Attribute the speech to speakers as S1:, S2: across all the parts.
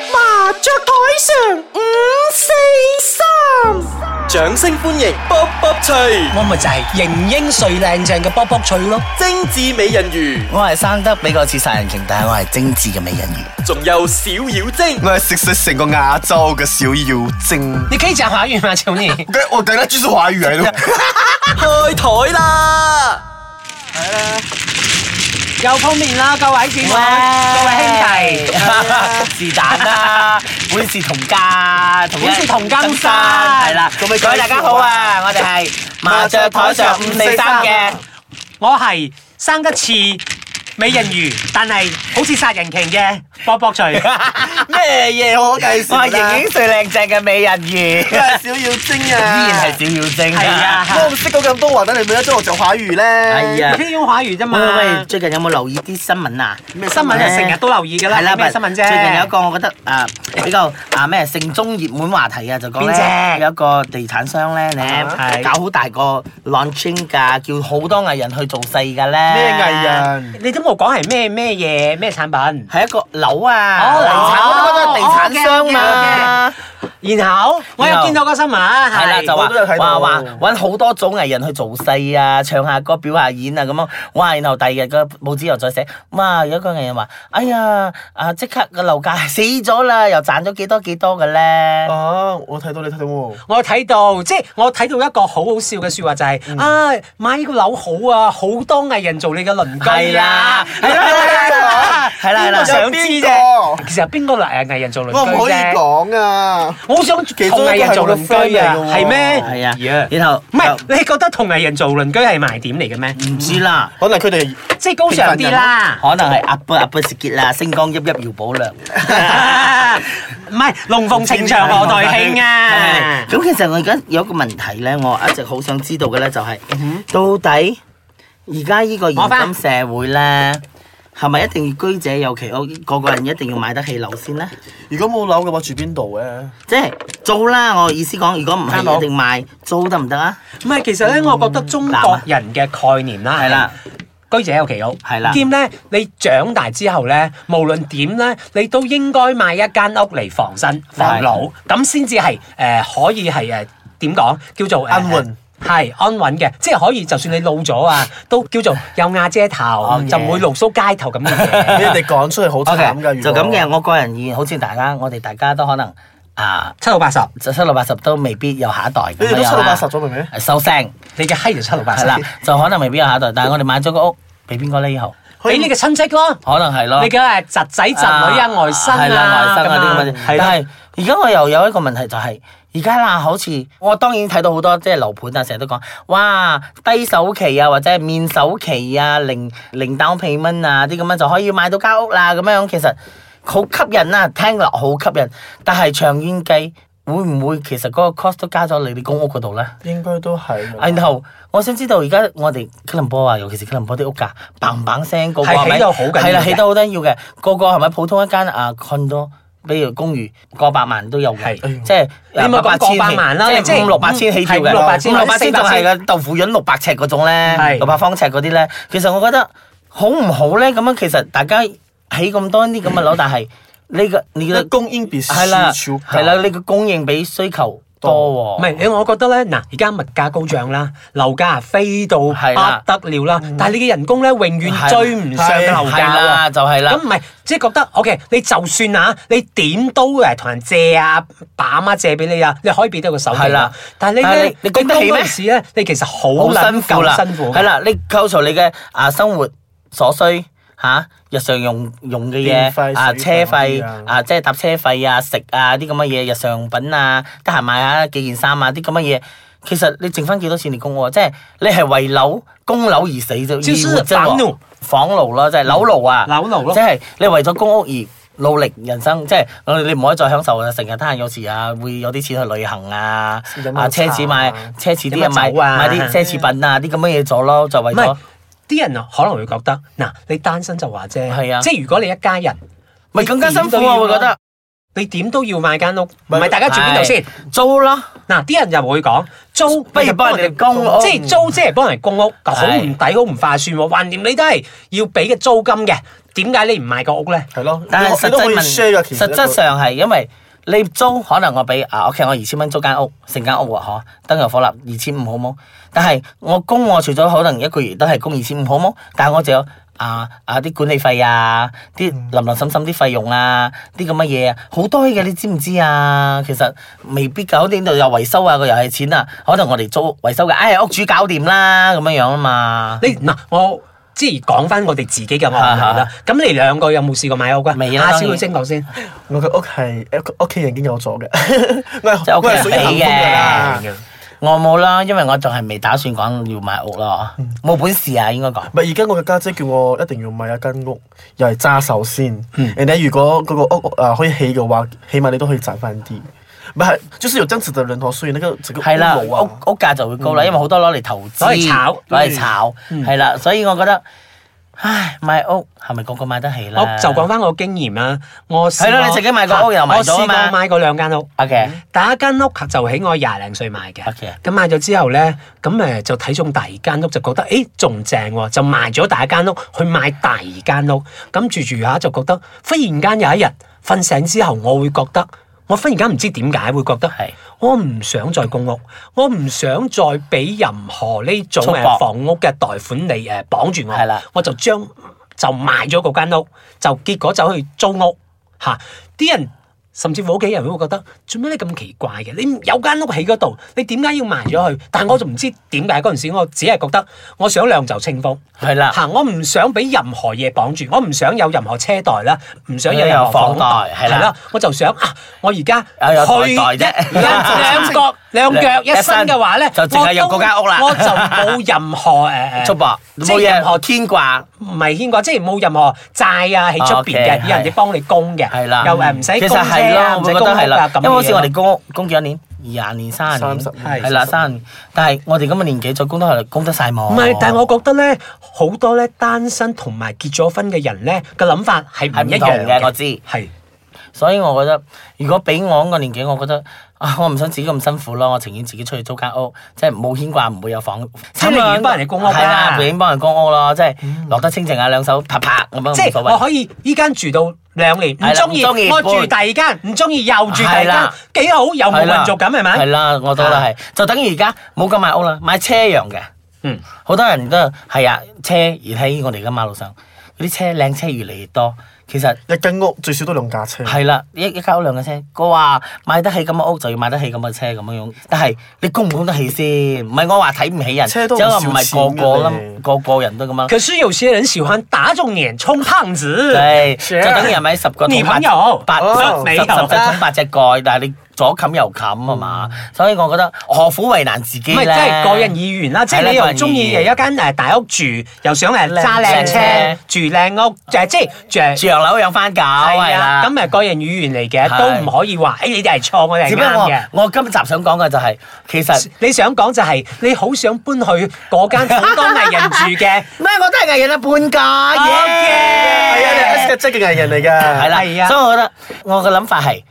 S1: 着台上五四三，掌聲歡迎卜卜脆，
S2: 我咪就係型英帥靚正嘅卜卜脆咯，
S1: 精緻美人魚，
S3: 我係生得比較似殺人鯨，但係我係精緻嘅美人魚。
S1: 仲有小妖精，
S4: 我係食食成個亞洲嘅小妖精。
S2: 你可以講華語嘛， 求你。
S4: 我我等下就是華語嚟咯。
S1: 開台啦！
S2: 又碰面啦，各位姊妹，
S3: 喂
S2: 各位兄弟，
S3: 是但啦，本是同家，同一
S2: 本是同根生
S3: 係啦。
S4: 咁
S3: 各
S4: 咪
S3: 位
S4: 介紹
S3: 大家好啊，我哋係麻雀台上五四三嘅。
S2: 我係生得似美人魚，但係好似殺人鯨嘅卜卜脆。
S4: 咩嘢我介
S3: 我
S4: 紹
S3: 係
S4: 啦
S3: 型英最靚正嘅美人 魚，依
S4: 我係小妖精啊！
S3: 然係小妖精。
S2: 係啊
S4: 我唔識講咁多華，等你咪一中我就華語咧。
S3: 係啊
S2: 你聽用華語啫嘛
S3: 喂。喂喂，最近有冇留意啲新聞啊？
S2: 新聞就成日都留意㗎啦，
S3: 係啦，
S2: 睇咩新聞啫？
S3: 最近有一個我覺得啊比較啊咩城中熱門話題啊，就講
S2: 邊
S3: 咧
S2: 隻
S3: 有一個地產商咧，你
S2: 係
S3: 搞好大個 launching 㗎，叫好多藝人去做勢㗎咧。
S4: 咩藝？人？
S2: 你都冇講係咩咩嘢咩產品，
S3: 係一個樓啊，
S2: 哦
S3: 地產
S2: 樓
S3: 嗰個地產商嘛。
S2: 然後我
S3: 然
S2: 有
S3: 後
S2: 見到個新聞，
S3: 係啦，就
S4: 我
S3: 話
S4: 都有
S3: 話
S4: 睇到
S3: 話揾好多種藝人去做勢啊，唱下歌、表下演啊咁樣。哇！然後第二日個報紙又再寫，哇！有一個藝人話：哎呀，啊即刻個樓價死咗啦，又賺咗幾多幾多嘅咧。
S4: 哦，我睇到你睇到喎。
S2: 我睇到，即係我睇到一個好好笑嘅説話就係、啊，買呢個樓好啊，好多藝人做你嘅鄰居
S3: 係
S2: 啊
S3: 啦，
S2: 係啦
S3: 係啦係啦
S2: 邊個想知
S4: 有邊
S2: 啫？其實有邊個啊藝藝人做
S4: 我唔
S2: 鄰
S4: 可
S2: 居
S4: 以
S2: 啫？
S4: 講啊！
S2: 我好想同藝人做鄰居啊，係咩？
S3: 係啊，然後
S2: 唔係，你覺得同藝人做鄰居係賣點嚟嘅咩？
S3: 唔知啦，
S4: 可能佢哋
S2: 即係高尚啲啦。
S3: 可能
S2: 啊
S3: 係阿波阿波士傑啦，星光熠熠姚寶良。
S2: 唔啊 係龍鳳呈祥我代兄啊！
S3: 咁其實我而家有一個問題咧，我一直好想知道嘅咧，就係到底而家呢個現今社會咧，係咪一定要居者有其屋，個個人一定要買得起樓先咧？
S4: 如果冇樓嘅話，住邊度咧？
S3: 即係租啦，我意思講，如果唔
S2: 啱佬
S3: 係一定賣租得唔得啊？
S2: 唔係，其實咧，我覺得中國人嘅概念啊啦，
S3: 係啦，
S2: 居者有其屋，
S3: 係啦
S2: 兼咧，你長大之後咧，無論點咧，你都應該買一間屋嚟防身防老，咁先至係誒可以係誒點講叫做呃
S4: 安穩。
S2: 係安穩嘅，即係可以，就算你老咗啊，都叫做有瓦遮頭，
S3: 嘢
S2: 就唔會露宿街頭咁嘅嘢。
S4: 你哋講出嚟好
S3: O K，
S4: 慘㗎，
S3: 就咁嘅。我個人意見，好似大家，我哋大家都可能啊，
S2: 七老八十，
S3: 就七老八十都未必有下一代咁
S4: 你哋都
S3: 樣
S4: 七老八十
S3: 啦。
S4: 咗明唔明？
S3: 係收聲，
S2: 你嘅閪就七老八
S3: 係
S2: 十
S3: 啦，就可能未必有下一代，但係我哋買咗個屋俾邊個咧？以後
S2: 俾你嘅親戚咯。
S3: 可能係咯
S2: 你。嘅係侄仔侄女啊、外甥
S3: 係啦，
S2: 啊、
S3: 外甥
S2: 咁
S3: 啊
S2: 啊
S3: 啲咁嘅。
S2: 係啦，
S3: 但係而家我又有一個問題就係、而家啦，好似我當然睇到好多即係樓盤啊，成日都講，哇低首期啊，或者係免首期啊，零零 down payment 啊啲咁樣就可以買到間屋啦，咁樣其實好吸引啊，聽落好吸引，但係長遠計會唔會其實嗰個 cost 都加咗你哋公屋嗰度咧？
S4: 應該都係。
S3: 然後我想知道而家我哋吉隆坡啊，尤其是吉隆坡啲屋價，砰砰聲，個個
S2: 係
S3: 係咪
S2: 起到好緊要嘅
S3: 係啦，起得好緊要嘅，個個係咪普通一間啊 condo，比如公寓過百萬都有嘅，
S2: 係
S3: 即係
S2: 你咪講
S3: 八
S2: 過百萬啦你即
S3: 即
S2: 係
S3: 係五六百千起跳
S2: 係
S3: 嘅，
S2: 五六百千
S3: 五六百千
S2: 或者
S3: 就
S2: 四百
S3: 係
S2: 千
S3: 嘅豆腐潤六百尺嗰種咧
S2: 係，
S3: 六百方尺嗰啲咧，其實我覺得好唔好咧？咁樣其實大家起咁多呢啲咁嘅樓，但係呢個你嘅
S4: 供應比市
S3: 係啦，
S4: 超高
S3: 係啦，你嘅供應比需求多喎，
S2: 唔係你，我覺得咧，嗱，而家物價高漲啦，樓價啊飛到不
S3: 係啦嗯
S2: 得了啦，但係你嘅人工咧，永遠追唔上樓
S3: 係
S2: 價喎。
S3: 啦，就係啦
S2: 咁。唔係，即係覺得 OK，你就算啊，你點都誒同人借啊，爸媽借俾你啊，你可以俾到個手
S3: 係
S2: 機啦
S3: 啦。
S2: 但係你
S3: 但係
S2: 咧
S3: 你，你供得起咩
S2: 嗰陣時咧，你其實好
S3: 好
S2: 撚
S3: 辛苦啦，啊
S2: 夠辛苦嘅。啊
S3: 係啦，你扣除你嘅啊生活所需嚇、日常用用嘅
S4: 電費
S3: 嘢啊，車
S4: 水費嗰
S3: 費
S4: 啲啊
S3: 啊，即係搭車費啊、食啊啲咁嘅嘢、日常品啊，得閒買下幾件衫啊啲咁嘅嘢。其實你剩翻幾多錢嚟供我？即係你係為樓供樓而死啫，
S2: 就是
S3: 而活啫喎
S2: 房奴
S3: 房奴咯，即係樓奴啊，
S2: 樓奴咯
S3: 即係你為咗公屋而努力人生，即係呃你唔可以再享受啊！成日得閒有時啊，會有啲錢去旅行啊
S4: 飲，下
S3: 啊奢侈買
S4: 茶啊
S3: 奢侈啲
S2: 飲下
S3: 啊買
S2: 酒啊
S3: 買啲奢侈品啊啲咁嘅嘢做咯，就為
S2: 唔係
S3: 咗
S2: 啲人啊，可能會覺得嗱，你單身就話啫，
S3: 係啊
S2: 即係如果你一家人，
S3: 咪更加辛苦啊！我覺得
S2: 你點都要買間屋，唔
S4: 咪
S2: 係大家住邊度先？
S3: 租咯，
S2: 嗱，啲人又會講租，
S3: 不如幫人哋供屋
S2: 即係租，即係幫人供屋，好唔抵，好唔划算喎。橫掂你都係要俾嘅租金嘅，點解你唔買個屋咧？
S4: 係咯，
S3: 但係
S4: 你
S3: 實
S4: 都
S3: 際
S4: 可以
S3: 問
S4: share 嘅。其實
S3: 實質上係因為你租可能我俾啊，OK，我二千蚊租間屋，成間屋喎，嗬，燈油火蠟二千五好冇？但係我供我除咗可能一個月都係供二千五好冇，但係我就有啊啊啲管理費啊，啲
S4: 嗯
S3: 林林沈沈啲費用啊，啲咁嘅嘢啊，好多嘅，你知唔知啊？其實未必搞掂到有維修啊，個又係錢啊，可能我哋租維修嘅，唉、屋主搞掂啦，咁樣樣啊嘛。
S2: 你嗱我。即係講翻我哋自己嘅案例
S3: 啊
S2: 啦。咁你兩個有冇試過買屋㗎？
S3: 未啊
S2: 阿
S3: 當
S2: 小
S3: 然
S2: 佢先講先。
S4: 我嘅屋係屋企人已經有咗嘅， 我
S3: 即係
S4: 係
S3: 屋企
S4: 我係
S3: 人
S4: 屬於幸福㗎啦
S3: 俾。我冇啦，因為我仲係未打算講要買屋咯，冇本事啊，應該講。
S4: 唔係而家我嘅家姐叫我一定要買一間屋，又係揸手先。人哋如果嗰個屋啊可以起嘅話，起碼你都可以賺翻啲。唔係，就是有這樣子的人哦，所以那個整個
S3: 係啦，屋
S4: 屋樓啊，
S3: 屋價就會高啦，因為好多攞嚟投資，
S2: 攞嚟炒
S3: 攞嚟炒，係啦，所以我覺得，唉，買屋係咪個個買得起啦？
S2: 我就講翻我經驗啦。我試過
S3: 係咯你自己買過屋又買咗啊嘛
S2: 我試過買過兩間屋。
S3: ，OK，
S2: 第一間屋就喺我廿零歲買嘅
S3: OK，
S2: 咁買咗之後咧，咁誒就睇中第二間屋，就覺得誒仲正喎，就賣咗第一間屋去買第二間屋，咁住住下就覺得，忽然間有一日瞓醒之後，我會覺得，我忽然間唔知點解會覺得
S3: 係，
S2: 我唔想再供屋，我唔想再俾任何呢種
S3: 束縛
S2: 誒房屋嘅貸款嚟誒綁住我，
S3: 係啦
S2: 我就將就賣咗嗰間屋，就結果走去租屋嚇，啲、人。甚至乎屋企人都會覺得做咩你咁奇怪嘅？你有間屋喺嗰度，你點解要賣咗佢？但我就唔知點解嗰陣時，我只係覺得我想兩袖清風
S3: 係啦，
S2: 嚇，我唔想俾任何嘢綁住，我唔想有任何車貸啦，唔想有任
S3: 有
S2: 何
S3: 房
S2: 房
S3: 貸
S2: 貸
S3: 係啦
S2: 啦，我就想啊，我而家
S3: 啊有
S2: 去
S3: 代代
S2: 一
S3: 啫
S2: 兩腳兩腳一身嘅話咧，
S3: 就淨係入嗰間屋啦
S2: 我都我就冇任何誒誒
S3: 出博
S2: 即係
S3: 冇嘢
S2: 任何
S3: 天掛。
S2: 唔係牽掛，即係冇任何債啊喺出邊
S3: OK，
S2: 嘅，有人
S3: 係
S2: 哋幫你供嘅，
S3: 係啦，
S2: 又誒唔使
S3: 其
S2: 供
S3: 實係
S2: 車啊，
S3: 咯，
S2: 唔
S3: 我
S2: 使
S3: 覺得
S2: 供
S3: 係
S2: 屋啊
S3: 啦，
S2: 咁
S3: 因為好似
S2: 嘅
S3: 我
S2: 嘢
S3: 哋供屋供幾多年，廿年、三十年，
S4: 30年
S3: 係啦，
S4: 係
S3: 三十年，但係我哋咁嘅年紀再供都係供得晒冇。
S2: 唔係，但係我覺得咧，好多咧單身同埋結咗婚嘅人咧嘅諗法係
S3: 係
S2: 唔
S3: 唔
S2: 一
S3: 同
S2: 樣
S3: 嘅，我知。
S2: 係
S3: 所以我覺得，如果俾我個年紀，我覺得啊，我唔想自己咁辛苦咯，我情願自己出去租間屋，即係冇牽掛，唔會有房。
S2: 即係寧願啊幫人哋供屋啊啦
S3: 係啦，寧願幫人供屋咯，即係落得清靜啊，兩手拍拍咁樣
S2: 即
S3: 啊冇所
S2: 係我
S3: 謂。
S2: 可以依間住到兩年，
S3: 係啦
S2: 唔中意
S3: 唔中意
S2: 我住
S3: 搬
S2: 第二間，唔中意又住第
S3: 係啦
S2: 二間，幾好又冇
S3: 啦
S2: 民族感係
S3: 係
S2: 咪？啊
S3: 啦，我覺得係，就等於而家冇咁買屋啦，買車一樣嘅。
S2: 嗯，
S3: 好多人都係啊，車而喺我哋嘅馬路上，嗰啲車靚車越嚟越多，其實。
S4: 一間屋最少都兩架
S2: 嗯
S4: 車。
S3: 係啦，一一間屋兩嘅車，佢話買得起咁嘅屋就要買得起咁嘅車咁樣樣，但係你供唔供得起先？唔係我話睇唔起人，
S4: 車都
S3: 只不過
S4: 好
S3: 唔
S4: 少
S3: 係個
S4: 錢
S3: 個啦
S4: 嘅你，
S3: 個個人都 咁啊樣。
S2: 可是有些人喜歡打腫臉充胖子，
S3: 係，就等於係咪十個
S2: 你
S3: 桶八
S2: 朋友
S3: 八
S2: 哦
S3: 十
S2: 你
S3: 十
S2: 又
S3: 隻桶八隻蓋，但係你左冚右冚係嘛？所以我覺得何苦為難自己
S2: 嗯唔係
S3: 咧？
S2: 即係個人意願啦，即
S3: 係啦
S2: 係你
S3: 個
S2: 又
S3: 人
S2: 中
S3: 意
S2: 意誒
S3: 願
S2: 一間誒大屋住，又想誒揸
S3: 靚
S2: 靚
S3: 車
S2: 車住靚屋，誒即係住誒
S3: 住洋樓養番狗係
S2: 係
S3: 啦
S2: 啦，。咁誒啊個人語言嚟
S3: 係
S2: 嘅，都唔可以話誒哎你哋係錯，我哋
S3: 只
S2: 係
S3: 不過
S2: 啱嘅。
S3: 我我今集想講嘅就係其實。
S2: 你想講就係你好想搬去嗰間好多藝人住嘅
S3: 咩？我都係藝人啊，半價
S2: OK
S4: 係啊，你係 S 嘅職嘅藝人嚟㗎。
S3: 係啦，
S2: 係啊
S3: 所以我覺得我嘅諗法係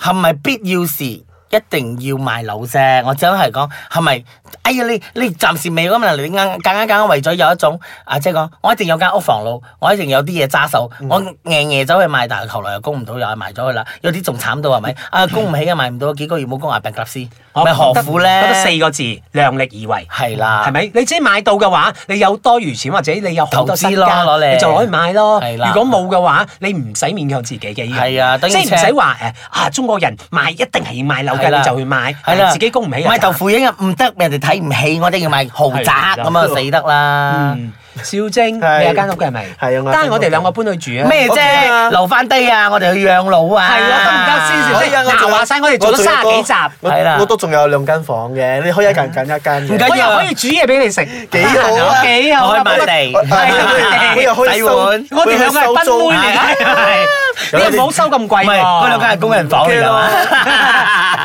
S3: 係咪必要時一定要買樓啫？我只係講係咪？哎呀，你你暫時未咁嘛，你啱夾硬夾硬為咗有一種啊，即係講我一定有間屋防老，我一定有啲嘢揸手，我硬夜走去買，但係後來又供唔到，又係賣咗佢啦。有啲仲慘到係咪？啊，供唔起啊，賣唔到，幾個月冇供啊，病夾屍，
S2: 我
S3: 咪何
S2: 覺得
S3: 苦咧？
S2: 覺得四個字量力而為。
S3: 係啦，
S2: 係咪？你自己買到嘅話，你有多餘錢或者你有好多身
S3: 投資
S2: 家
S3: 咯攞嚟
S2: 你就可以買咯。
S3: 係啦
S2: 如果冇嘅話，你唔使勉強自己嘅。呢樣嘢
S3: 係啊等於
S2: 即係唔
S3: 車
S2: 使話誒啊！中國人買一定係要買樓
S3: 係啦
S2: 嘅，你就去買。
S3: 係啦，
S2: 自己供唔起啊。
S3: 買豆腐已經唔得，人哋睇唔起，我哋要買豪宅
S2: 係啦
S3: 咁啊，死得啦！
S2: 嗯，小晶，
S4: 係
S2: 你有間屋嘅係咪？
S4: 係啊我有間屋嘅
S2: 但係我哋兩個搬去住啊。
S3: 咩
S4: OK
S3: 啫？
S4: 啊
S3: 留翻低啊！我哋去養老啊！
S2: 係咯得唔得先
S4: 可以啊，我仲
S2: 嗱
S4: 有
S2: 話晒我哋做咗
S4: 仲有
S2: 30幾集
S4: 個
S3: 係啦
S4: 我我都仲有兩間房嘅，你可以一間揀一間嘅。
S3: 唔緊要
S2: 我又可以煮嘢俾你食，幾
S4: 好啊
S2: 幾好
S3: 我
S2: 啊！
S3: 去買地
S4: 我啊我又可以
S3: 洗
S4: 收，
S3: 碗
S2: 我哋兩個係賓妹嚟
S3: 係
S2: 嘅，你又唔好收咁貴
S3: 唔係，嗰兩
S2: 喎，
S3: 間係工人房嚟㗎嘛？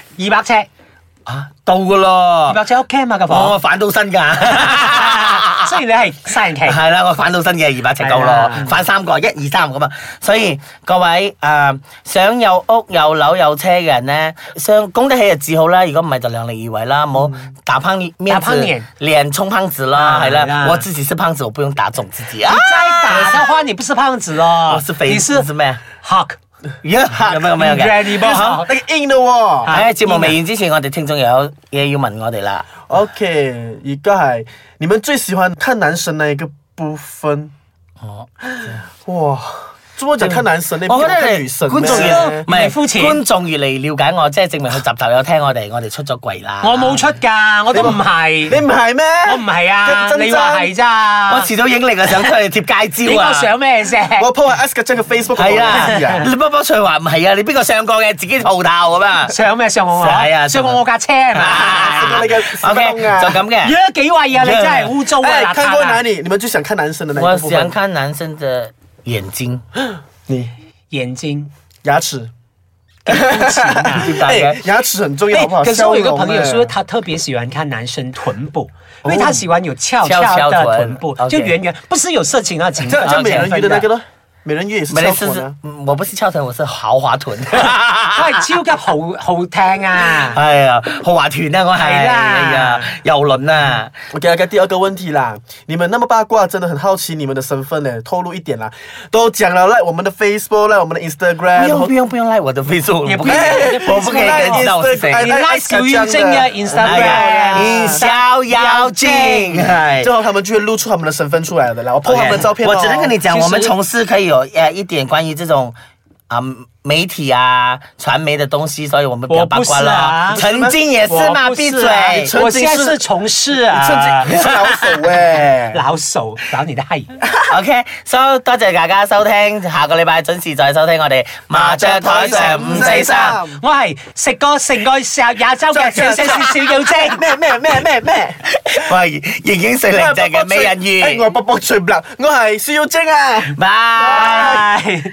S2: 二百尺，
S3: 啊，到㗎
S2: 二百
S3: 咯！
S2: 尺 OK 嘛個
S3: 我
S2: 房，
S3: 反到身㗎。
S2: 雖然你係殺人期，
S3: 係啦，我反到身嘅二百尺夠
S2: 係
S3: 咯
S2: 啊，
S3: 反三個一二三咁啊！所以各位誒、呃想有屋有樓有車嘅人咧，想供得起就至好啦，如果唔係就量力而為啦，唔好打胖面
S2: 打胖
S3: 子
S2: 臉，
S3: 臉充胖子啦，
S2: 啊
S3: 係
S2: 係
S3: 啦
S2: 啦，
S3: 我自己是胖子，我不用打腫自己啊
S2: 你！再打的話，你不是胖子咯，
S3: 我是肥
S2: 你
S3: 子
S2: 是
S3: 咩
S2: Hulk。
S3: 咁樣咁樣嘅。
S2: Incredible
S3: 好啊
S4: 那個硬的喎。
S3: 喺節目未完之前，我哋聽眾又有嘢要問我哋啦。
S4: OK，一個係你們最喜歡看男神那一個部分？
S3: 哦
S4: 哇，做乜就看男神那部
S2: 哦
S3: 我
S4: 分？
S3: 覺得
S4: 看女
S3: 你
S4: 神
S3: 觀眾越
S4: 咩
S3: 唔？係
S2: 膚淺
S3: 觀眾越嚟了解我，即係證明佢集集有聽我哋，我哋出咗櫃啦。
S2: 我冇出㗎，我都唔係，
S4: 你唔係咩？
S2: 我唔係啊，
S4: 真真
S2: 你話係咋？
S3: 我啊遲早影你個相出嚟貼街
S2: 呢
S3: 招啊！
S2: 啊個相咩啫？
S4: 我 po 喺 S 嘅 Jack 嘅 Facebook 嗰度
S3: 係
S4: 我知
S3: 啊，
S4: 啊。
S3: 你波波翠華唔係啊，你邊個上過嘅自己套頭咁啊？
S2: 相咩？ 上我我
S3: 係啊
S2: 上我我架車係
S4: 上我
S2: 嘛
S4: 你嘅
S3: O
S4: 上
S3: K，
S4: 空啊
S3: 就咁嘅。
S2: 約幾位啊？你真係污糟啊！
S4: 哎
S2: 邋
S4: 看
S2: 遢
S4: 過
S2: 啊
S4: 哪！裡？你們最想看男神的那一
S3: 我
S4: 個部
S3: 想
S4: 分？
S3: 看男生的眼睛，
S4: 你
S2: 眼睛
S4: 牙齒，
S2: 淺啊！
S3: 點解
S4: 哎
S3: 嘅？
S4: 牙齒很重要，好不好？
S2: 哎，可是我有一个
S4: 笑容
S2: 朋友
S4: 哎
S2: 说，他特别喜欢看男生臀部，因为他喜欢有翘
S3: 翘
S2: 翘
S3: 翘
S2: 的
S3: 臀
S2: 臀部，
S3: OK
S2: 就圆圆，不是有色情啊，紧
S4: 这
S2: 的
S4: 这
S3: 样
S4: 美人鱼的那个呢？美人鱼也是
S3: 没得
S4: 翘
S3: 是
S4: 臀
S3: 是
S4: 啊。，
S3: 我不是翘臀，我是豪華臀。
S2: 佢係超級好好聽啊！
S3: 哎呀，豪華團啊，我係，
S2: 係啦
S3: 哎呀，遊輪啊，
S4: 我给大家第二个问题啦，你们那么八卦，真的很好奇你们的身份呢，透露一点啦。都讲了，来我们的 Facebook，来我们的 Instagram，
S3: 不
S4: 然
S3: 用
S4: 后
S3: 不用不用，賴哎我的 Facebook，
S2: 也
S3: 我
S2: 不
S3: 不
S2: 可
S3: 可
S2: 以
S3: 以，
S4: 哎
S3: 我不可以跟你知道我是誰
S4: 哎。
S2: 你拉小妖精嘅
S3: 哎呀，
S4: 哎
S3: 一
S2: Instagram，
S3: 小妖精，哎
S4: 最后他们就会露出他们的身份出来的啦。我 po 他
S3: OK，
S4: 们的照片、哦、
S3: 我只能跟你讲，
S2: 其实
S3: 我们从事可以有呃一点关于这种啊、媒体啊、传媒的东西，所以我啊们比较八卦了。
S2: 我不是
S3: 曾经也是嘛，
S2: 我不
S3: 闭
S2: 是
S3: 嘴。
S2: 啊
S4: 你 曾
S2: 我
S4: 经
S2: 现在
S4: 是
S2: 是从事
S4: 趁
S2: 啊
S4: 机，你是老手哎、
S2: 老手，老你的嗨。
S3: OK，so, 多謝大家收聽，下個禮拜準時再收聽我哋麻雀台上五四三。
S2: 我係食過成個石亞洲嘅小小小小妖精。
S4: 咩咩咩咩咩？
S3: 我係盈盈水靈淨嘅美人
S4: 哎
S3: 魚
S4: 我。卜卜脆啦，我系小妖精啊！
S3: 拜。
S2: 拜。